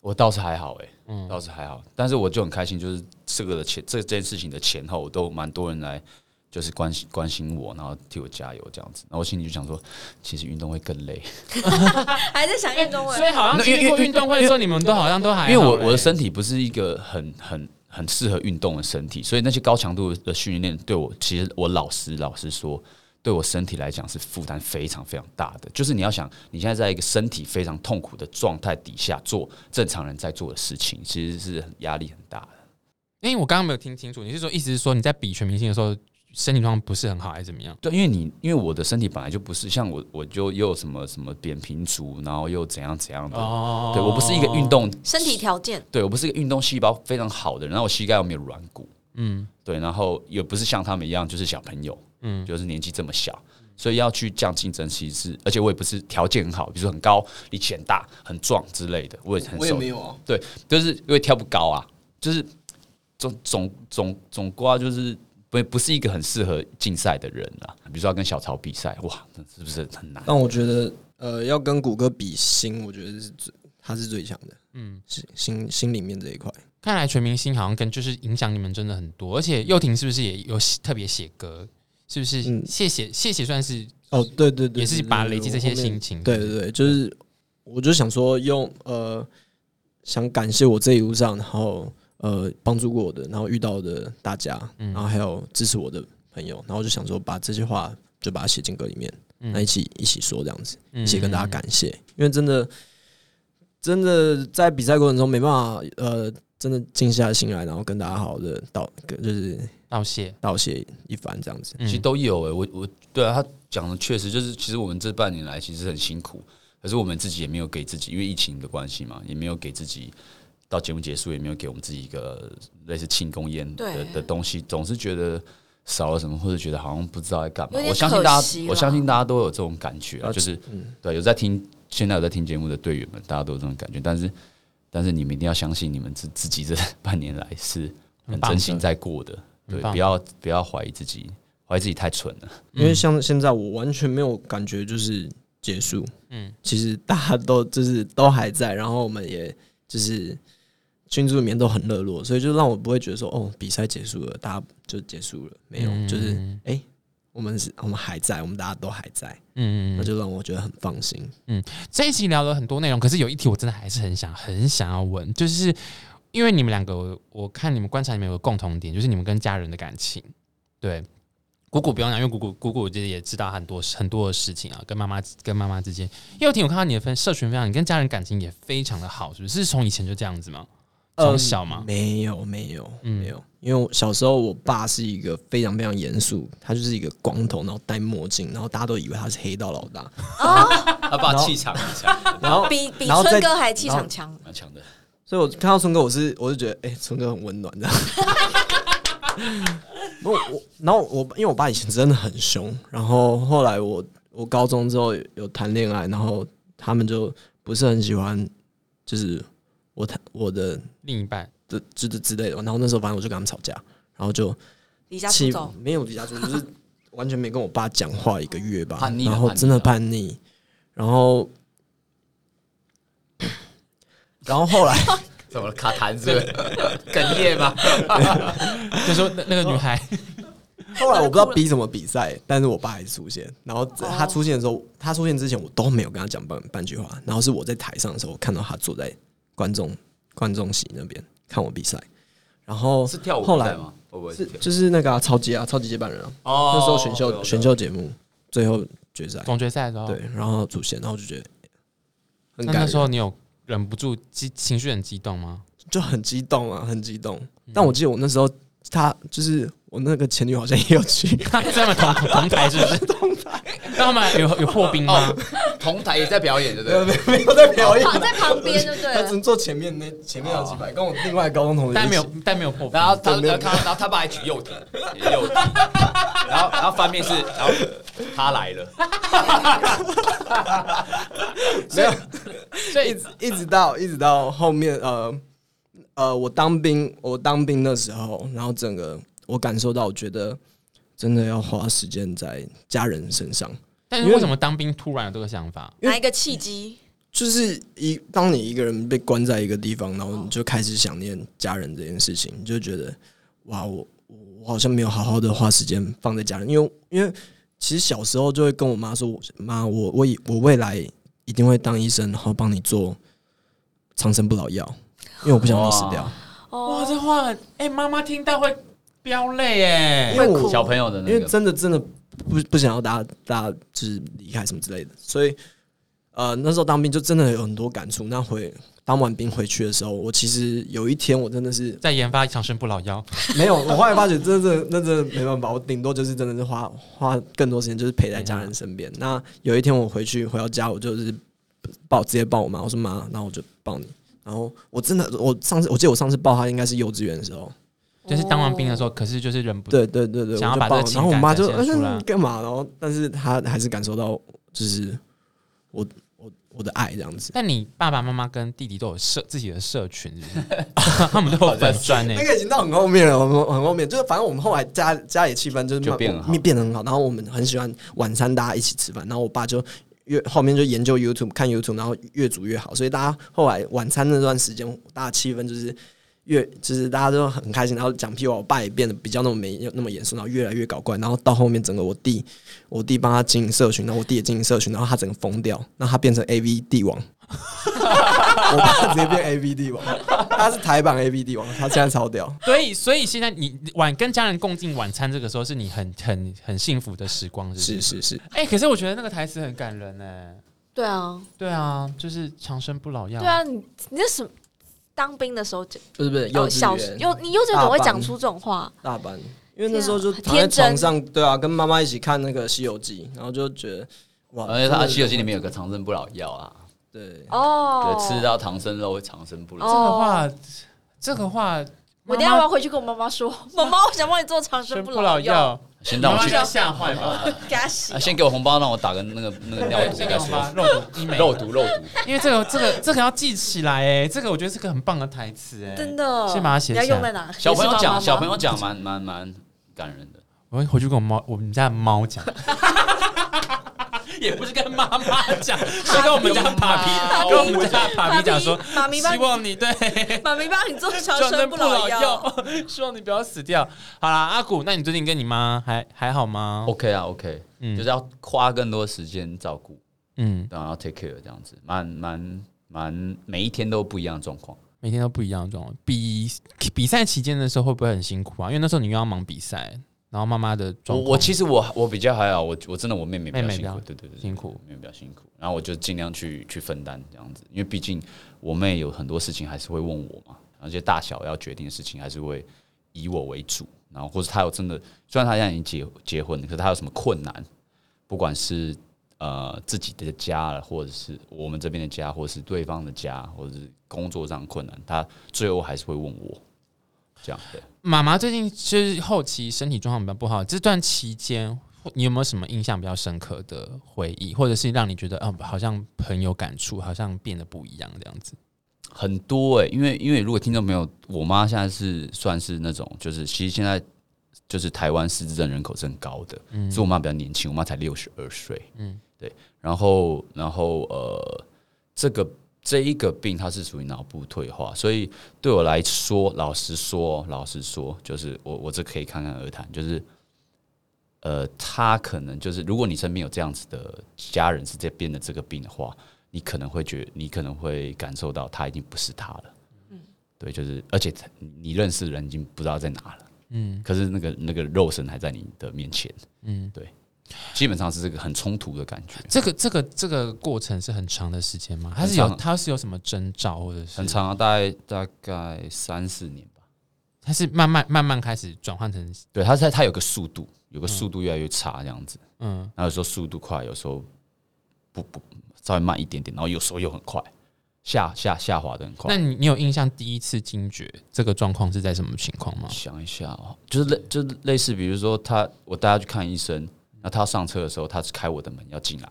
A: 我倒是还好哎、
B: 嗯
A: 倒是还好，但是我就很开心，就是这个的前这件事情的前后都蛮多人来，就是关心关心我，然后替我加油这样子。然后我心里就想说，其实运动会更累，
D: 还在想运动会
B: 所以好像
A: 那因为
B: 经历过
A: 因为
B: 运动会的时候，你们都好像都还
A: 因
B: 好
A: 为我我的
B: 欸
A: 身体不是一个很很很适合运动的身体，所以那些高强度的训练对我，其实我老实老实说。对我身体来讲是负担非常非常大的，就是你要想，你现在在一个身体非常痛苦的状态底下做正常人在做的事情，其实是很压力很大的。
B: 因为我刚刚没有听清楚，你是说意思是说你在比全明星的时候身体状况不是很好，还是怎么样？
A: 对，因为你因为我的身体本来就不是像我，我就又有什么什么扁平足，然后又怎样怎样的。
B: 哦
A: 对我不是一个运，动，
D: 身体条件
A: 对我不是一个运动细胞非常好的人，然后我膝盖又没有软骨，
B: 嗯
A: 对，然后也不是像他们一样就是小朋友，
B: 嗯，
A: 就是年纪这么小，所以要去这样竞争，其实是而且我也不是条件很好，比如说很高、力气很大、很壮之类的，我也很
F: 我也
A: 瘦
F: 没有啊，
A: 对，就是因为跳不高啊，就是总总总总瓜就是不不是一个很适合竞赛的人啊。比如说要跟小曹比赛，哇，那是不是很难？
F: 但我觉得呃，要跟谷歌比心，我觉得是最他是最强的，嗯，心心心里面这一块，
B: 看来全明星好像跟就是影响你们真的很多，而且幼婷是不是也有写特别写歌？是不是
F: 嗯
B: 谢谢谢谢算是
F: 哦，对对对，
B: 也是
F: 对
B: 把
F: 对
B: 累积这些
F: 我后面
B: 心情
F: 对对对，就是我就想说用呃，想感谢我这一路上，然后呃帮助过我的，然后遇到的大家，然后还有支持我的朋友，然后我就想说把这些话就把它写进歌里面，那一起一起说这样子，
B: 嗯
F: 一起跟大家感谢，因为真的真的在比赛过程中没办法呃。真的静下心来，然后跟大家好好的道，就是
B: 道谢。
F: 道谢一番这样子。
A: 其实都有诶、我我对啊，他讲的确实就是，其实我们这半年来其实很辛苦，可是我们自己也没有给自己，因为疫情的关系嘛，也没有给自己到节目结束也没有给我们自己一个类似庆功宴的
D: 对
A: 的东西，总是觉得。少了什么，或者觉得好像不知道在干嘛
D: 有。点
A: 我相信大
D: 可惜
A: 家，
D: 啦
A: 我相信大家都有这种感觉、啊，
F: 啊
A: 就是、对有在听，现在有在听节目的队员们，大家都有这种感觉。但是，但是你们一定要相信，你们自自己这半年来是
B: 很
A: 很
B: 棒的
A: 真心在过的，对
B: 很，棒
A: 不要不要怀疑自己，怀疑自己太蠢了。
B: 嗯
F: 因为像现在我完全没有感觉就是结束，
B: 嗯
F: 嗯，其实大家都就是都还在，然后我们也就是群组里面都很热络，所以就让我不会觉得说哦，比赛结束了，大家就结束了，没有，
B: 嗯
F: 就是哎、我们是我们还在，我们大家都还在，
B: 嗯嗯
F: 那
B: 嗯，
F: 就让我觉得很放心。
B: 这一集聊了很多内容，可是有一题我真的还是很想很想要问，就是因为你们两个，我我看你们观察你们有个共同点，就是你们跟家人的感情。对，姑姑不用讲，因为姑姑姑姑我其实也知道很多很多的事情啊，跟妈妈跟妈妈之间。又婷，我看到你的分社群分享，你跟家人感情也非常的好，是不是？是从以前就这样子吗？从
F: 嗯
B: 小吗？
F: 没有，没有，
B: 嗯
F: 没有。因为我小时候，我爸是一个非常非常严肃，他就是一个光头，然后戴墨镜，然后大家都以为他是黑道老
D: *laughs*
F: 大。
A: 他爸气场很强，
F: 然后，
D: 比比
F: 然后再
D: 春哥还气场强。
A: 蛮强的。
F: 所以我看到春哥，我是我就觉得，哎、春哥很温暖的。我我，然后我，因为我爸以前真的很凶，然后后来我我高中之后有有谈恋爱，然后他们就不是很喜欢，就是我谈我的
B: 另一半，
F: 的之之类的，然后那时候反正我就跟他们吵架，然后就
D: 离家出
F: 气
D: 走，
F: 没有离家出走，就是完全没跟我爸讲话一个月吧，
A: 叛逆了
F: 然后真的叛逆，然后，然后后来
A: 怎么了？卡痰是不是哽咽吗？
B: 就说那那个女
F: *laughs*
B: 孩，
F: 哦后来我不知道比什么比赛，但是我爸还是出现，然后他出现的时候，他出现之前我都没有跟他讲半半句话，然后是我在台上的时候看到他坐在观众观众席那边看我比赛，然
A: *laughs*
F: 后
A: 是跳舞
F: 后
A: 比赛
F: 来
A: 吗？会不会
F: 是
A: 是跳？
F: 就是那个、啊、超级啊超级接班人啊，
A: 哦
F: 那时候选
A: 对
F: 秀
A: 对
F: 选秀节目最后决赛，
A: 哦
B: 总决赛的时候，
F: 对，然后主线，然后就觉得很
B: 那
F: 感
B: 那时候
F: 人，
B: 你有忍不住激情绪很激动吗？
F: 就很激动啊，很激动。
A: 嗯
F: 但我记得我那时候，他就是我那个前女友好像也有去，
B: 他这么同同台是不是？同台，哦那他们有有破冰吗？
A: 哦同台也在表演，对不
F: 没
A: 对？
F: 有没有没有在表
A: 啊
F: 演，
D: 哦在旁边就对
F: 他
D: 了
F: 只能坐前面那前面那几排，跟我另外高中同学一起，
B: 哦但没有，但没有破冰。
A: 然后他，
F: 对没有
A: 然后他，然后他爸还举右手，右手，然后然后翻面是，然后他来了，
F: 没有，
B: 所
F: 一
B: 以
F: 直一直到一直到后面，呃呃，我当兵，我当兵的时候，然后整个我感受到，我觉得真的要花时间在家人身上。
B: 但是为什么当兵突然有这个想法？
D: 哪一个契机？
F: 就是一当你一个人被关在一个地方，然后你就开始想念家人这件事情，你就觉得哇，我我我好像没有好好的花时间放在家人，因为因为其实小时候就会跟我妈说，妈，我我以我未来一定会当医生，然后帮你做长生不老药，因为我不想你死掉。
B: 哇，
D: 哦，
B: 这话很哎，妈妈听到会飙泪哎
F: 因。为我
A: 小朋友的
F: 因
A: 那
F: 为
A: 个，
F: 真的真的不不想要大家大家就是离开什么之类的，所以呃那时候当兵就真的有很多感触。那回当完兵回去的时候，我其实有一天我真的是
B: 在研发长生不老药，
F: 没有，我后来发觉真的那真的没办法，我顶多就是真的是花花更多时间就是陪在家人身边。那有一天我回去回到家，我就是抱直接抱我妈，我说妈，然后我就抱你。然后我真的，我上次我记得我上次抱她应该是幼稚园的时候，
B: 就是当完兵的时候，可是就是忍不住。
F: 对对对对，
B: 嗯想要
F: 我就
B: 把
F: 抱
B: 这个
F: 然后
B: 情
F: 我
B: 感
F: 妈就
B: 展现出来
F: 嗯 *laughs* 干嘛？然后但是她还是感受到就是我我我的爱这样子。
B: 但你爸爸妈妈跟弟弟都有社自己的社群，是不是 *laughs* 他们都有粉专呢
F: 那。个已经到很后面了，我们很后面，就是反正我们后来家家里气氛就是
A: 就
F: 慢
A: 变好
F: 变得很好，然后我们很喜欢晚餐大家一起吃饭，然后我爸就越后面就研究 YouTube 看 YouTube，然后越煮越好，所以大家后来晚餐那段时间，大家气氛就是越就是大家都很开心，然后讲屁话，我爸也变得比较那么没那么严肃，然后越来越搞怪，然后到后面整个我弟我弟帮他经营社群，然后我弟也经营社群，然后他整个疯掉，然后他变成 AV 帝王。 *laughs* 我爸直接变 A V 帝王，他是台版 A V 帝王，他现在超屌。
B: 所以，所以现在你你晚跟家人共进晚餐，这个时候是你很很很幸福的时光，是不是
F: 是是是，
B: 哎、可是我觉得那个台词很感人呢、
D: 对啊，
B: 对啊，就是长生不老药。
D: 对，啊，你你这什么当兵的时候就
F: 不是不是
D: 哦
F: 幼
D: 小
F: 稚
D: 时
F: 园
D: 幼你幼稚园怎么会
F: 大班
D: 讲出这种话？
F: 大班，因为那时候就
D: 天啊
F: 躺在床
D: 天真
F: 上，对啊，跟妈妈一起看那个《西游记》，然后就觉得哇，
A: 而且他
F: 真
A: 《
F: 的
A: 西游记》里面有个长生不老药啊，
F: 对，
D: 哦
A: 对，，吃到唐僧肉会长生不
B: 这
A: 老。
B: 个
D: 哦
B: 话，这个话，
D: 我
B: 妈
D: 等一下我要
B: 妈
D: 回去跟我妈妈说，妈妈，我想帮你做长生
B: 生
D: 不
B: 不老
D: 药，
B: 药，
A: 先让我
B: 妈妈
A: 去
B: 要，吓坏吧？ *laughs*
D: 给他洗哦
A: 啊。先给我红包，让我打个那个那个尿
B: 对，
A: 毒
B: 这
A: 再
B: 个吧
A: 说。
B: 肉毒医美，
A: 肉毒肉毒，
B: 因为这个这个这个要记起来哎、这个我觉得是个很棒的台词哎、
D: 真的，
B: 先把它写
D: 你要
B: 下来
D: 用在哪？
A: 小朋友
D: 也是帮妈
A: 讲，
D: 妈
A: 小朋友讲蛮蛮蛮感人的。
B: 我会回去跟我猫，我们家的猫讲，也不是跟妈妈讲， *laughs* 是跟我们家爸
D: 爸
B: 比，
D: 比
B: 跟我们家爸比讲说，
D: 妈咪帮
B: 希
D: 你
B: 望你对
D: 妈咪帮你做长
B: 长
D: 生
B: 生不
D: 老
B: 老 *laughs* 药，希望你不要死掉。好啦，阿古，那你最近跟你妈还还好吗？
A: OK 啊，OK，
B: 嗯
A: 就是要花更多时间照顾，
B: 嗯，
A: 然后 take care 这样子，蛮蛮蛮，每一天都不一样的状况。
B: 每天都不一样的状况。比比赛期间的时候会不会很辛苦啊？因为那时候你又要忙比赛，然后妈妈的
A: 我
B: 状况
A: 我其实我我比较还好，我我真的我妹妹比较
B: 妹妹比
A: 辛
B: 较
A: 苦，对对对，
B: 辛苦
A: 妹妹比较辛苦。然后我就尽量去去分担这样子，因为毕竟我妹有很多事情还是会问我嘛，而且大小要决定的事情还是会以我为主。然后或者她有真的，虽然她现在已经结结婚了，可是她有什么困难，不管是呃自己的家了，或者是我们这边的家，或者是对方的家，或者是工作上的困难，她最后还是会问我。这样对。
B: 妈妈最近就是后期身体状况比较不好，这段期间你有没有什么印象比较深刻的回忆，或者是让你觉得啊，好像很有感触，好像变得不一样这样子？
A: 很多哎、因为因为如果听众朋友，我妈现在是算是那种，就是其实现在就是台湾失智症人口是很高的，嗯，所以我妈比较年轻，我妈才六十二岁，嗯，对，然后然后呃，这个这一个病它是属于脑部退化，所以对我来说，老实说，老实说，就是我我这可以侃侃而谈，就是呃，他可能就是如果你身边有这样子的家人是这边的这个病的话，你可能会觉你可能会感受到他已经不是他了。对，就是而且他你认识的人已经不知道在哪了。
B: 嗯
A: 可是那个那个肉身还在你的面前，
B: 嗯，
A: 基本上是这个很冲突的感觉，
B: 这个这个这个过程是很长的时间吗？它
A: 很
B: 是
A: 长
B: 有它是有什么征兆，或者是
A: 很？长、啊，大概大概三四年吧。
B: 它是慢慢慢慢开始转换成
A: 对，他他他有个速度，有个速度越来越差这样子。
B: 嗯
A: 然后有时候速度快，有时候不不稍微慢一点点，然后有时候又很快，下下下滑的很快
B: 那。你你有印象第一次惊觉这个状况是在什么情况吗？
A: 想一下哦，就是类就是类似，比如说他我带他去看医生，那他上车的时候，他是开我的门要进来，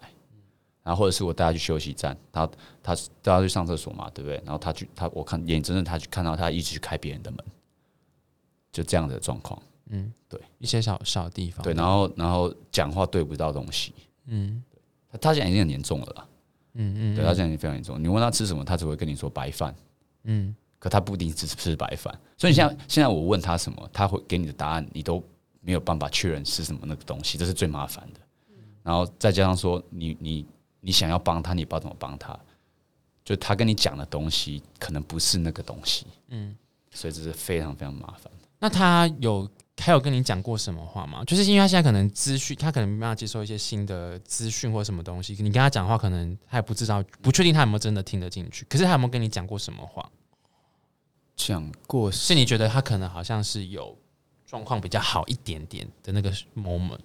A: 然后或者是我带他去休息站，他他带他去上厕所嘛，对不对？然后他去他我看眼睁睁他去看到他一直去开别人的门，就这样的状况。
B: 一些小小地方
A: 对，然后然后讲话对不到东西，
B: 啊嗯
A: 他他现在已经很严重了啦，
B: 嗯嗯
A: 对他现在已经非常严重。你问他吃什么，他只会跟你说白饭，
B: 嗯
A: 可他不一定只吃白饭。所以你现在现在我问他什么，他会给你的答案，你都没有办法确认是什么那个东西，这是最麻烦的。然后再加上说，你你你想要帮他，你不知道怎么帮他，就他跟你讲的东西可能不是那个东西，
B: 嗯。
A: 所以这是非常非常麻烦。
B: 那他有还有跟你讲过什么话吗？就是因为他现在可能资讯，他可能没办法接受一些新的资讯或什么东西，你跟他讲话，可能他也不知道，不确定他有没有真的听得进去。可是他有没有跟你讲过什么话？
A: 讲过
B: 是你觉得他可能好像是有状况比较好一点点的那个 moment，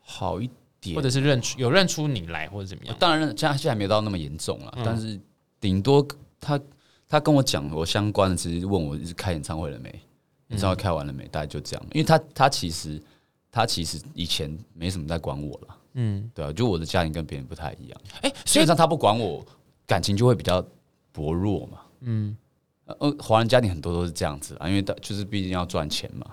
A: 好一点，
B: 或者是认出有认出你来或者怎么样？
A: 当然，现在现在还没有到那么严重了，
B: 嗯
A: 但是顶多他他跟我讲我相关的，只是问我是开演唱会了没，
B: 嗯
A: 演唱会开完了没，大概就这样。因为他他其实他其实以前没什么在管我了，
B: 嗯，
A: 对啊，就我的家庭跟别人不太一样，
B: 哎、
A: 基
B: 所以
A: 本上他不管我，感情就会比较薄弱嘛。
B: 嗯，
A: 呃，华人家庭很多都是这样子啊，因为大就是毕竟要赚钱嘛。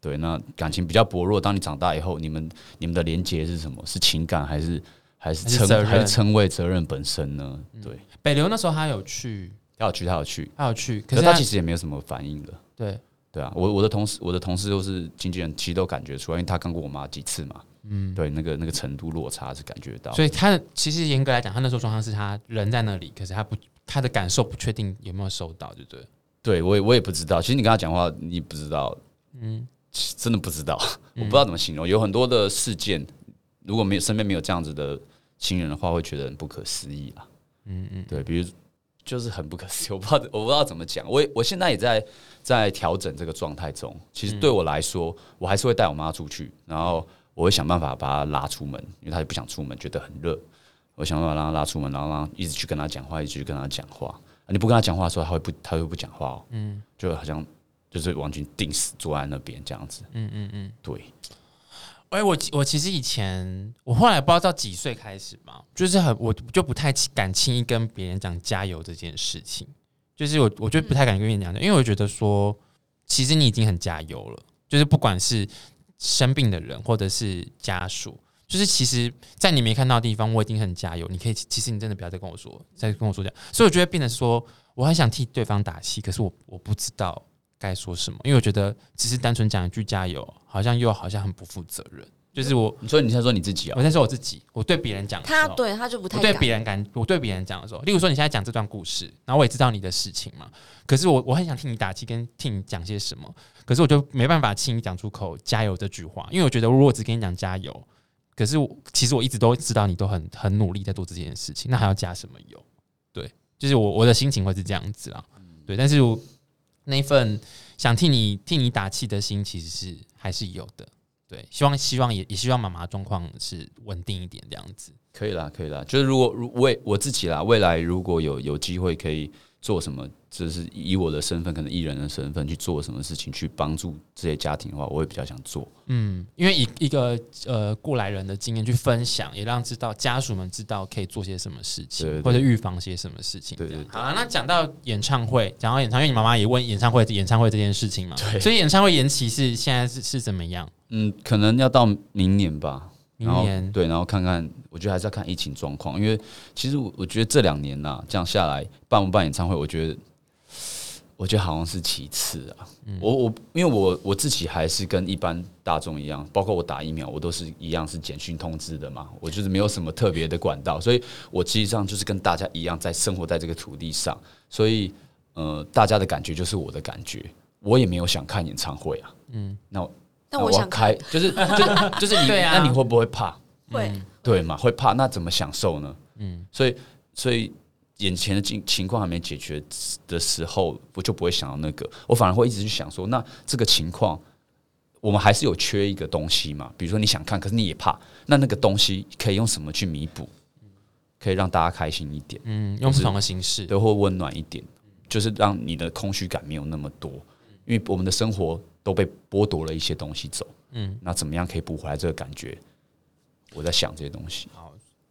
A: 对，那感情比较薄弱。当你长大以后，你们你们的连结是什么？是情感还是还是
B: 还是
A: 称
B: 责任嗯
A: 还是称谓责任本身呢？对，
B: 北流那时候他有去，
A: 他有去，他有去，
B: 他有去，可
A: 可
B: 是
A: 是
B: 他
A: 他其实也没有什么反应的。
B: 对，
A: 对啊，我我的同事我的同事都是经纪人，其实都感觉出来，因为他看过我妈几次嘛。嗯，对，那个那个程度落差是感觉到。
B: 所以他其实严格来讲，他那时候状况是他人在那里，可是他不他的感受不确定有没有收到，对不对？
A: 对我也我也不知道，其实你跟他讲话，你不知道，嗯，真的不知道， *laughs* 我不知道怎么形容。有很多的事件，如果没有身边没有这样子的亲人的话，会觉得很不可思议啊。嗯嗯，对，比如就是很不可思议， *laughs* 我不知道我不知道怎么讲。我也我现在也在在调整这个状态中。其实对我来说，我还是会带我妈出去，然后我会想办法把她拉出门，因为她就不想出门，觉得很热。我想办法让她拉出门，然后让她一直去跟她讲话，一直去跟她讲话。啊你不跟她讲话的时候，她会不她会不讲话哦。嗯，就好像就是完全定死坐在那边这样子。嗯嗯嗯，对，
B: 哎、我我其实以前我后来不知道到几岁开始嘛，就是很我就不太敢轻易跟别人讲加油这件事情，就是我我就不太敢跟别人讲，因为我觉得说，其实你已经很加油了，就是不管是生病的人或者是家属，就是其实，在你没看到的地方，我已经很加油。你可以，其实你真的不要再跟我说，再跟我说这样。所以我觉得变成说，我很想替对方打气，可是我我不知道该说什么，因为我觉得只是单纯讲一句加油，好像又好像很不负责任。就是我，
A: 你说你先说你自己啊
B: 我，在说我自己，我对别人讲的时候，
D: 他对他就不太
B: 我对
D: 敢
B: 别人感，我对别人讲的时候，例如说你现在讲这段故事，然后我也知道你的事情嘛，可是我我很想听你打气，跟听你讲些什么，可是我就没办法轻易讲出口“加油”这句话，因为我觉得如果只跟你讲加油，可是我其实我一直都知道你都很很努力在做这件事情，那还要加什么油？对，就是我我的心情会是这样子啊，对，但是我那一份想替你替你打气的心其实是还是有的。对，希望希望也也希望妈妈状况是稳定一点这样子。
A: 可以啦，可以啦。就是如果如为我自己啦，未来如果有有机会可以做什么，就是以我的身份，可能艺人的身份去做什么事情，去帮助这些家庭的话，我会比较想做。
B: 嗯，因为一一个呃过来人的经验去分享，也让知道家属们知道可以做些什么事情，
A: 对对对
B: 或者预防些什么事情。
A: 对对
B: 这样好了，那讲到演唱会，讲到演唱会，因为你妈妈也问演唱会演唱会这件事情嘛，
A: 对
B: 所以演唱会延期是现在是是怎么样？
A: 嗯，可能要到明年吧。
B: 明
A: 然后
B: 年
A: 对，然后看看，我觉得还是要看疫情状况，因为其实我我觉得这两年呐、这样下来办不办演唱会，我觉得我觉得好像是其次啊。
B: 嗯
A: 我我因为我我自己还是跟一般大众一样，包括我打疫苗，我都是一样是简讯通知的嘛，我就是没有什么特别的管道，所以我实际上就是跟大家一样在生活在这个土地上，所以呃，大家的感觉就是我的感觉，我也没有想看演唱会啊。嗯，那我
D: 但
A: 那
D: 我
A: 要
D: 想
A: 开，就是
D: *laughs*
A: 就是就是你，
B: 对啊
A: 那你会不会怕？
D: 会
A: 对嘛，会怕，那怎么享受呢？嗯，所以所以眼前的情情况还没解决的时候，我就不会想到那个，我反而会一直去想说，那这个情况我们还是有缺一个东西嘛？比如说你想看，可是你也怕，那那个东西可以用什么去弥补？可以让大家开心一点，
B: 嗯，用不同的形式。
A: 都会温暖一点，就是让你的空虚感没有那么多，因为我们的生活都被剥夺了一些东西走。嗯，那怎么样可以补回来这个感觉？我在想这些东西。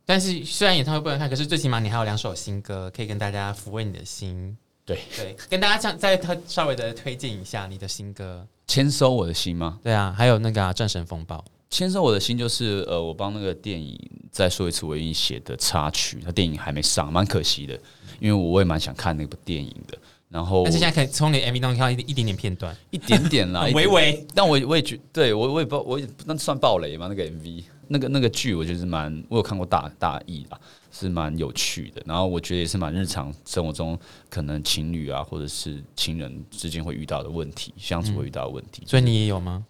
B: 但是虽然演唱会不能看，可是最起码你还有两首新歌可以跟大家抚慰你的心。
A: 对
B: 对，跟大家这样再特稍微的推荐一下你的新歌。
A: 签收我的心吗？
B: 对啊，还有那个、啊《战神风暴》。
A: 签收我的心就是呃，我帮那个电影再说一次，我已经写的插曲，他电影还没上，蛮可惜的，因为我也蛮想看那部电影的。然后
B: 但是现在可以从你的 MV 当中看到一一点点片段，
A: 一点点啦，
B: 很
A: 一点
B: 微微。
A: 但我也我也觉对我我也不知道我也那算暴雷吗？那个 MV 那个那个剧，我觉得是蛮我有看过大大意啦，是蛮有趣的。然后我觉得也是蛮日常生活中可能情侣啊或者是情人之间会遇到的问题，相处会遇到的问题，
B: 所以你也有吗？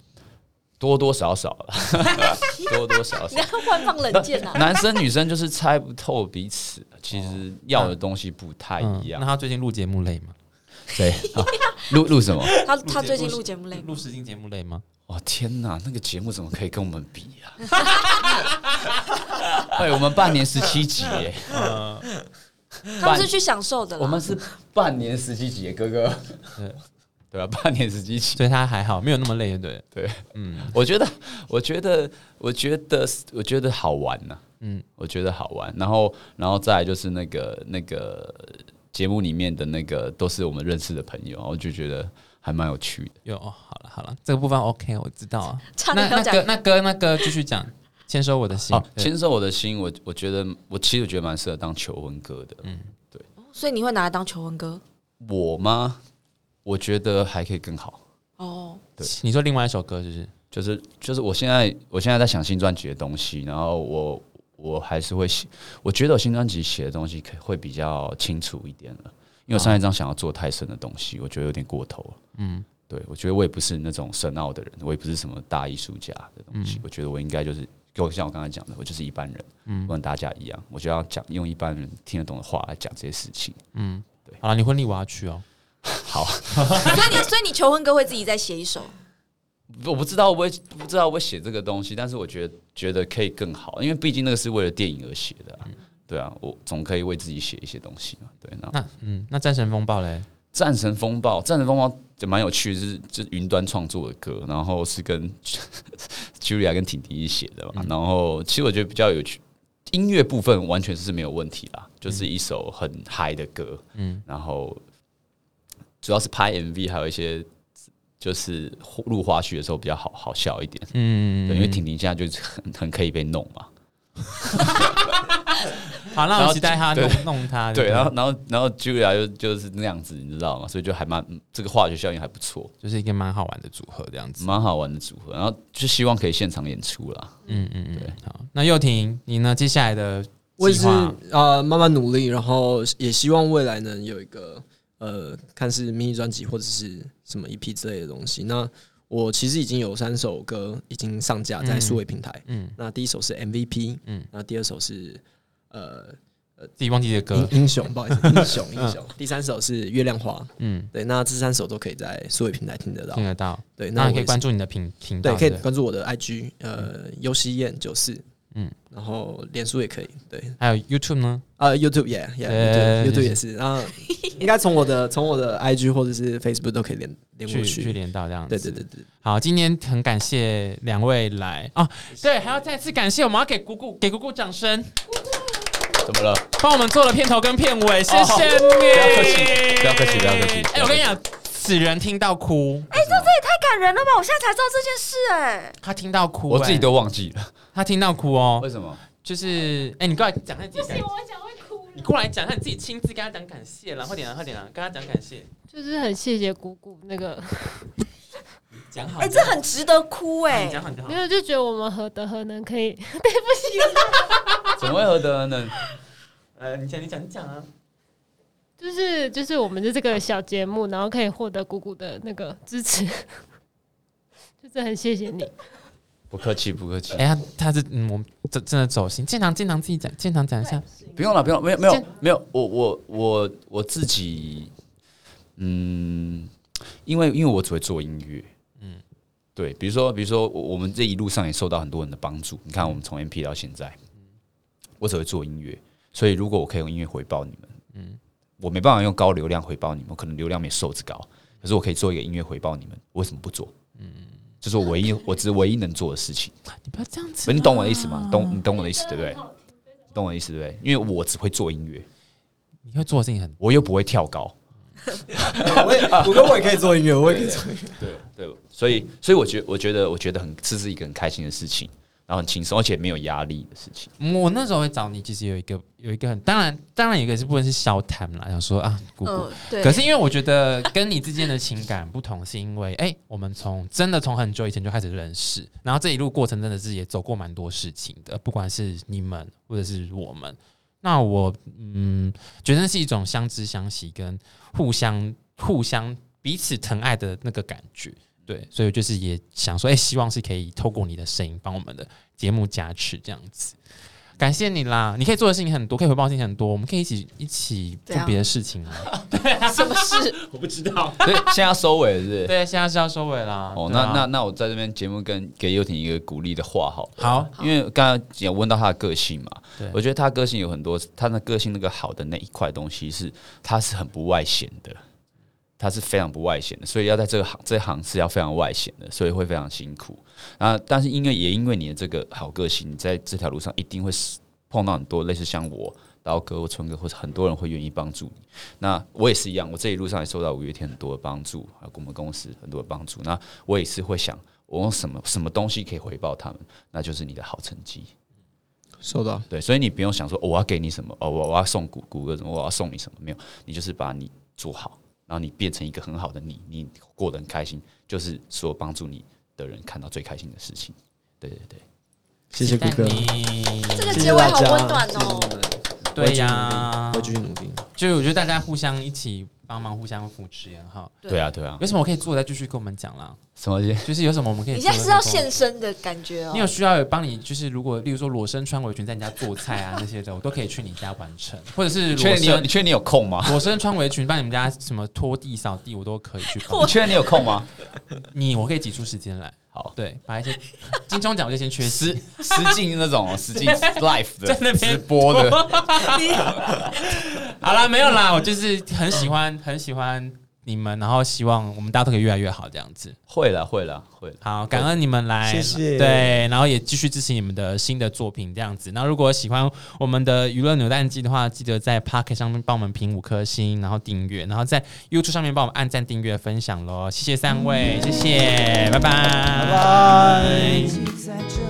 A: 多多少少啦， *laughs* 多多少少
D: 你要。换放冷
A: *laughs*
D: 箭啊！
A: 男生女生就是猜不透彼此，其实要的东西不太一
B: 嗯那
A: 样。
B: 他最近录节目累吗？
A: 对，啊 *laughs* 录录什么？
D: 他他最近录节目累吗？
B: 录实境节目累吗？
A: 哇哦天哪，那个节目怎么可以跟我们比呀、 *laughs* 哎，我们半年十七集耶，
D: 他们是去享受的啦。
A: 我们是半年十七集耶，哥哥。对吧？半年十七集，
B: 所以他还好，没有那么累，对不
A: 对，
B: 嗯
A: 我觉得，我觉得，我觉得，我觉得好玩呐、
B: 嗯，
A: 我觉得好玩。然后，然后再来就是那个那个节目里面的那个都是我们认识的朋友，我就觉得还蛮有趣的。
B: 有哦，好了好了，这个部分 OK，我知道啊。
D: 差
B: 那
D: 点要
B: 那
D: 讲
B: 哥那哥那哥继续讲，签收我的心
A: 哦，，
B: 对
A: 牵手我的心，我我觉得我其实觉得蛮适合当求婚歌的。
B: 嗯
D: 所以你会拿来当求婚歌
A: 我吗？我觉得还可以更好。
D: 哦？
B: 你说另外一首歌就是
A: 就是就是我现在我现在在想新专辑的东西，然后我我还是会写，我觉得我新专辑写的东西可会比较清楚一点了，因为我上一张想要做太深的东西，我觉得有点过头了。嗯，对，我觉得我也不是那种深奥的人，我也不是什么大艺术家的东西，我觉得我应该就是。就像我刚才讲的，我就是一般人，嗯，跟大家一样，我就要讲用一般人听得懂的话来讲这些事情。
B: 好了，你婚礼我要去哦。
A: 好，
D: 所以你所以你求婚歌会自己再写一首，
A: 我不知道我会不知道我会写这个东西，但是我觉得觉得可以更好，因为毕竟那个是为了电影而写的、啊，对啊，我总可以为自己写一些东西嘛，对。那《
B: 那嗯，那战神风暴嘞？
A: 战神风暴》《战神风暴》也蛮有趣的，就是就是云端创作的歌，然后是跟 *laughs* Julia 跟婷婷一起写的嘛，然后其实我觉得比较有趣。音乐部分完全是没有问题啦，就是一首很嗨的歌，嗯，然后主要是拍 MV，还有一些就是录花絮的时候比较好好笑一点。
B: 嗯
A: 对，因为婷婷现在就是很很可以被弄嘛。
B: 好，那
A: 然
B: 我
A: 后
B: 期待他
A: 对
B: 弄弄他。
A: 对，
B: 不
A: 然后然后然后 Julia 就就是那样子，你知道吗？所以就还蛮嗯这个化学效应还不错，
B: 就是一个蛮好玩的组合这样子。
A: 蛮好玩的组合。然后就希望可以现场演出啦。
B: 嗯嗯嗯，好。那佑婷，你呢？接下来的
F: 我也
B: 计
F: 是
B: 划，
F: 呃慢慢努力，然后也希望未来能有一个呃，看是迷你专辑或者是什么 EP 之类的东西。那我其实已经有三首歌已经上架在数位平台，
B: 嗯，
F: 那第一首是 MVP，
B: 嗯
F: 嗯，那第二首是呃
B: 自己忘记的歌，
F: 英英雄，不好意思， *laughs* 英雄英雄，第三首是月亮花。
B: 嗯，
F: 对，那这三首都可以在数位平台听得到
B: 听。得到。
F: 对，那
B: 那
F: 我
B: 你可以
F: 也是
B: 关注你的频频道，
F: 对，可以
B: 对不对
F: 关注我的 IG，呃，尤西燕九四，
B: 嗯
F: 嗯，然后脸书也可以，对，
B: 还有 YouTube 呢？
F: 啊，YouTube，yeah，yeah，YouTube、
B: 呃
F: y e a h y o u t u b e 也
B: *laughs*
F: 是，然后应该从我的从我的 IG 或者是 Facebook 都可以连连
B: 去
F: 过
B: 去连到这样子。
F: 对对对对，
B: 好，今天很感谢两位来啊，对，还要再次感谢我们要给姑姑给姑姑掌声，
A: 怎么了？
B: 帮我们做了片头跟片尾，谢谢你。
A: 要客气不要客气不要客气
B: 哎，我跟你讲，此人听到哭，
D: 哎、这这也太感人了吧！我现在才知道这件事、哎，
B: 他听到哭，
A: 我自己
B: 哎
A: 都忘记了，
B: 他听到哭哦
A: 为，什么？
B: 就是哎，你过来讲下自己感，
G: 我讲会哭
B: 你。过来讲下你自己亲自跟他讲感谢啦，快点啦，啊快点啦，跟他讲感谢，
G: 就是很谢谢姑姑那个，
B: 讲好，
D: 哎、这很值得哭、
B: 你
D: 哎，
B: 讲好，你讲好
G: *laughs* 没。有就觉得我们何德何能可以， *laughs*
A: 怎么会何德呢？
B: 呃，你讲，你讲，你讲啊。
G: 就是就是我们的这个小节目，然后可以获得姑姑的那个支持， *laughs* 就是很谢谢你。
A: 不客气，不客气。
B: 哎、呀，他是嗯，我们真真的走心。建堂，建堂自己讲，建堂讲一下。
A: 不用了，不用，没有，没有
B: 这，
A: 没有。我我我我自己，嗯，因为因为我只会做音乐，嗯，对，比如说比如说我我们这一路上也受到很多人的帮助。你看，我们从 MP 到现在，我只会做音乐，所以如果我可以用音乐回报你们，嗯，我没办法用高流量回报你们，我可能流量没瘦子高，可是我可以做一个音乐回报你们，我为什么不做？嗯，这是我唯一，我只是唯一能做的事情。
B: 你不要这样子
A: 不是
B: 啦，
A: 你懂我的意思吗？懂你懂我的意思对不对？懂我的意思对不对？因为我只会做音乐，
B: 你会做的事情很
A: 我又不会跳高，
F: 我也我跟我也可以做音乐，我也可以做音乐，
A: 对对，所以所以我觉我觉得我觉得很这是一个很开心的事情，然后很轻松，而且没有压力的事情。
B: 嗯我那时候会找你，其实有一个有一个很，当然当然有一个是部分是消谈啦，想说啊，姑姑。
D: 嗯，对。 *laughs*
B: 可是因为我觉得跟你之间的情感不同，是因为哎、我们从真的从很久以前就开始认识，然后这一路过程真的是也走过蛮多事情的，不管是你们或者是我们。那我嗯，觉得是一种相知相惜跟互相互相彼此疼爱的那个感觉。对，所以就是也想说，哎、希望是可以透过你的声音帮我们的节目加持这样子。感谢你啦！你可以做的事情很多，可以回报的事情很多，我们可以一起一起
D: 怎
B: 做
D: 样
B: 别的事情啊。
D: 什么事？
B: 我不知道。
A: *laughs* 所以现在要收尾了是不是？
B: 对，现在是要收尾啦。
A: 哦，
B: 对
A: 那
B: 啊
A: 那那我在这边节目跟给佑廷一个鼓励的话好了，
B: 好，
A: 因为刚刚也问到他的个性嘛
B: 对，
A: 我觉得他个性有很多，他的个性那个好的那一块东西是，他是很不外显的，他是非常不外显的，所以要在这个行这行是要非常外显的，所以会非常辛苦。啊，但是因为也因为你的这个好个性，你在这条路上一定会碰到很多类似像我。刀哥或春哥，或者很多人会愿意帮助你。那我也是一样，我这一路上也受到五月天很多的帮助，还有我们公司很多的帮助。那我也是会想，我用什么什么东西可以回报他们？那就是你的好成绩。
F: 收到。
A: 对，所以你不用想说、哦、我要给你什么，哦，我我要送谷谷歌什么，我要送你什么，没有，你就是把你做好，然后你变成一个很好的你，你过得很开心，就是所有帮助你的人看到最开心的事情。对对对，
F: 谢谢顾
B: 期待
F: 哥，
B: 你
D: 这个
F: 谢
D: 结
F: 谢
D: 尾
F: 大
D: 好
F: 家，
D: 温暖
F: 谢谢
D: 哦、
F: 你们
B: 对呀
F: 我会继续努力我会继续努力。
B: 就是我觉得大家互相一起帮忙，互相扶持也好。
D: 对
A: 对啊对啊
B: 有，什么我可以做，再继续跟我们讲啦。
A: 什么东西？
B: 就是有什么我们可以
D: 哎你
B: 做。
D: 现在是要
B: 再跟我
D: 现
B: 们
D: 身的感觉哦、
B: 你有需要有帮你，就是如果例如说裸身穿围裙在你家做菜啊那些的，我都可以去你家完
A: *laughs*
B: 成，或者是
A: 你确
B: 裸
A: 定你有
B: 身
A: 你确定你有空吗？
B: *laughs* 裸身穿围裙帮你们家什么拖地扫地，我都可以去帮
A: 你。确定你有空吗？
B: 你我可以挤出时间来，
A: 好，
B: 对，把一些金钟奖我就先缺
A: 实 *laughs* 实境那种 *laughs* 实境 live
B: 在那
A: 的
B: 边
A: 直播 *laughs* 的，
B: 好啦，没有啦，我就是很喜欢，很喜欢你们，然后希望我们大家都可以越来越好这样子。
A: 会了，会了，会了。
B: 好，感恩你们来，
F: 谢谢
B: 对，然后也继续支持你们的新的作品这样子。那如果喜欢我们的娱乐扭蛋机的话，记得在 Pocket 上面帮我们评五颗星，然后订阅，然后在 YouTube 上面帮我们按赞、订阅、分享喽。谢谢三位，谢谢，拜拜
F: 嗯拜。
E: 在这 Oh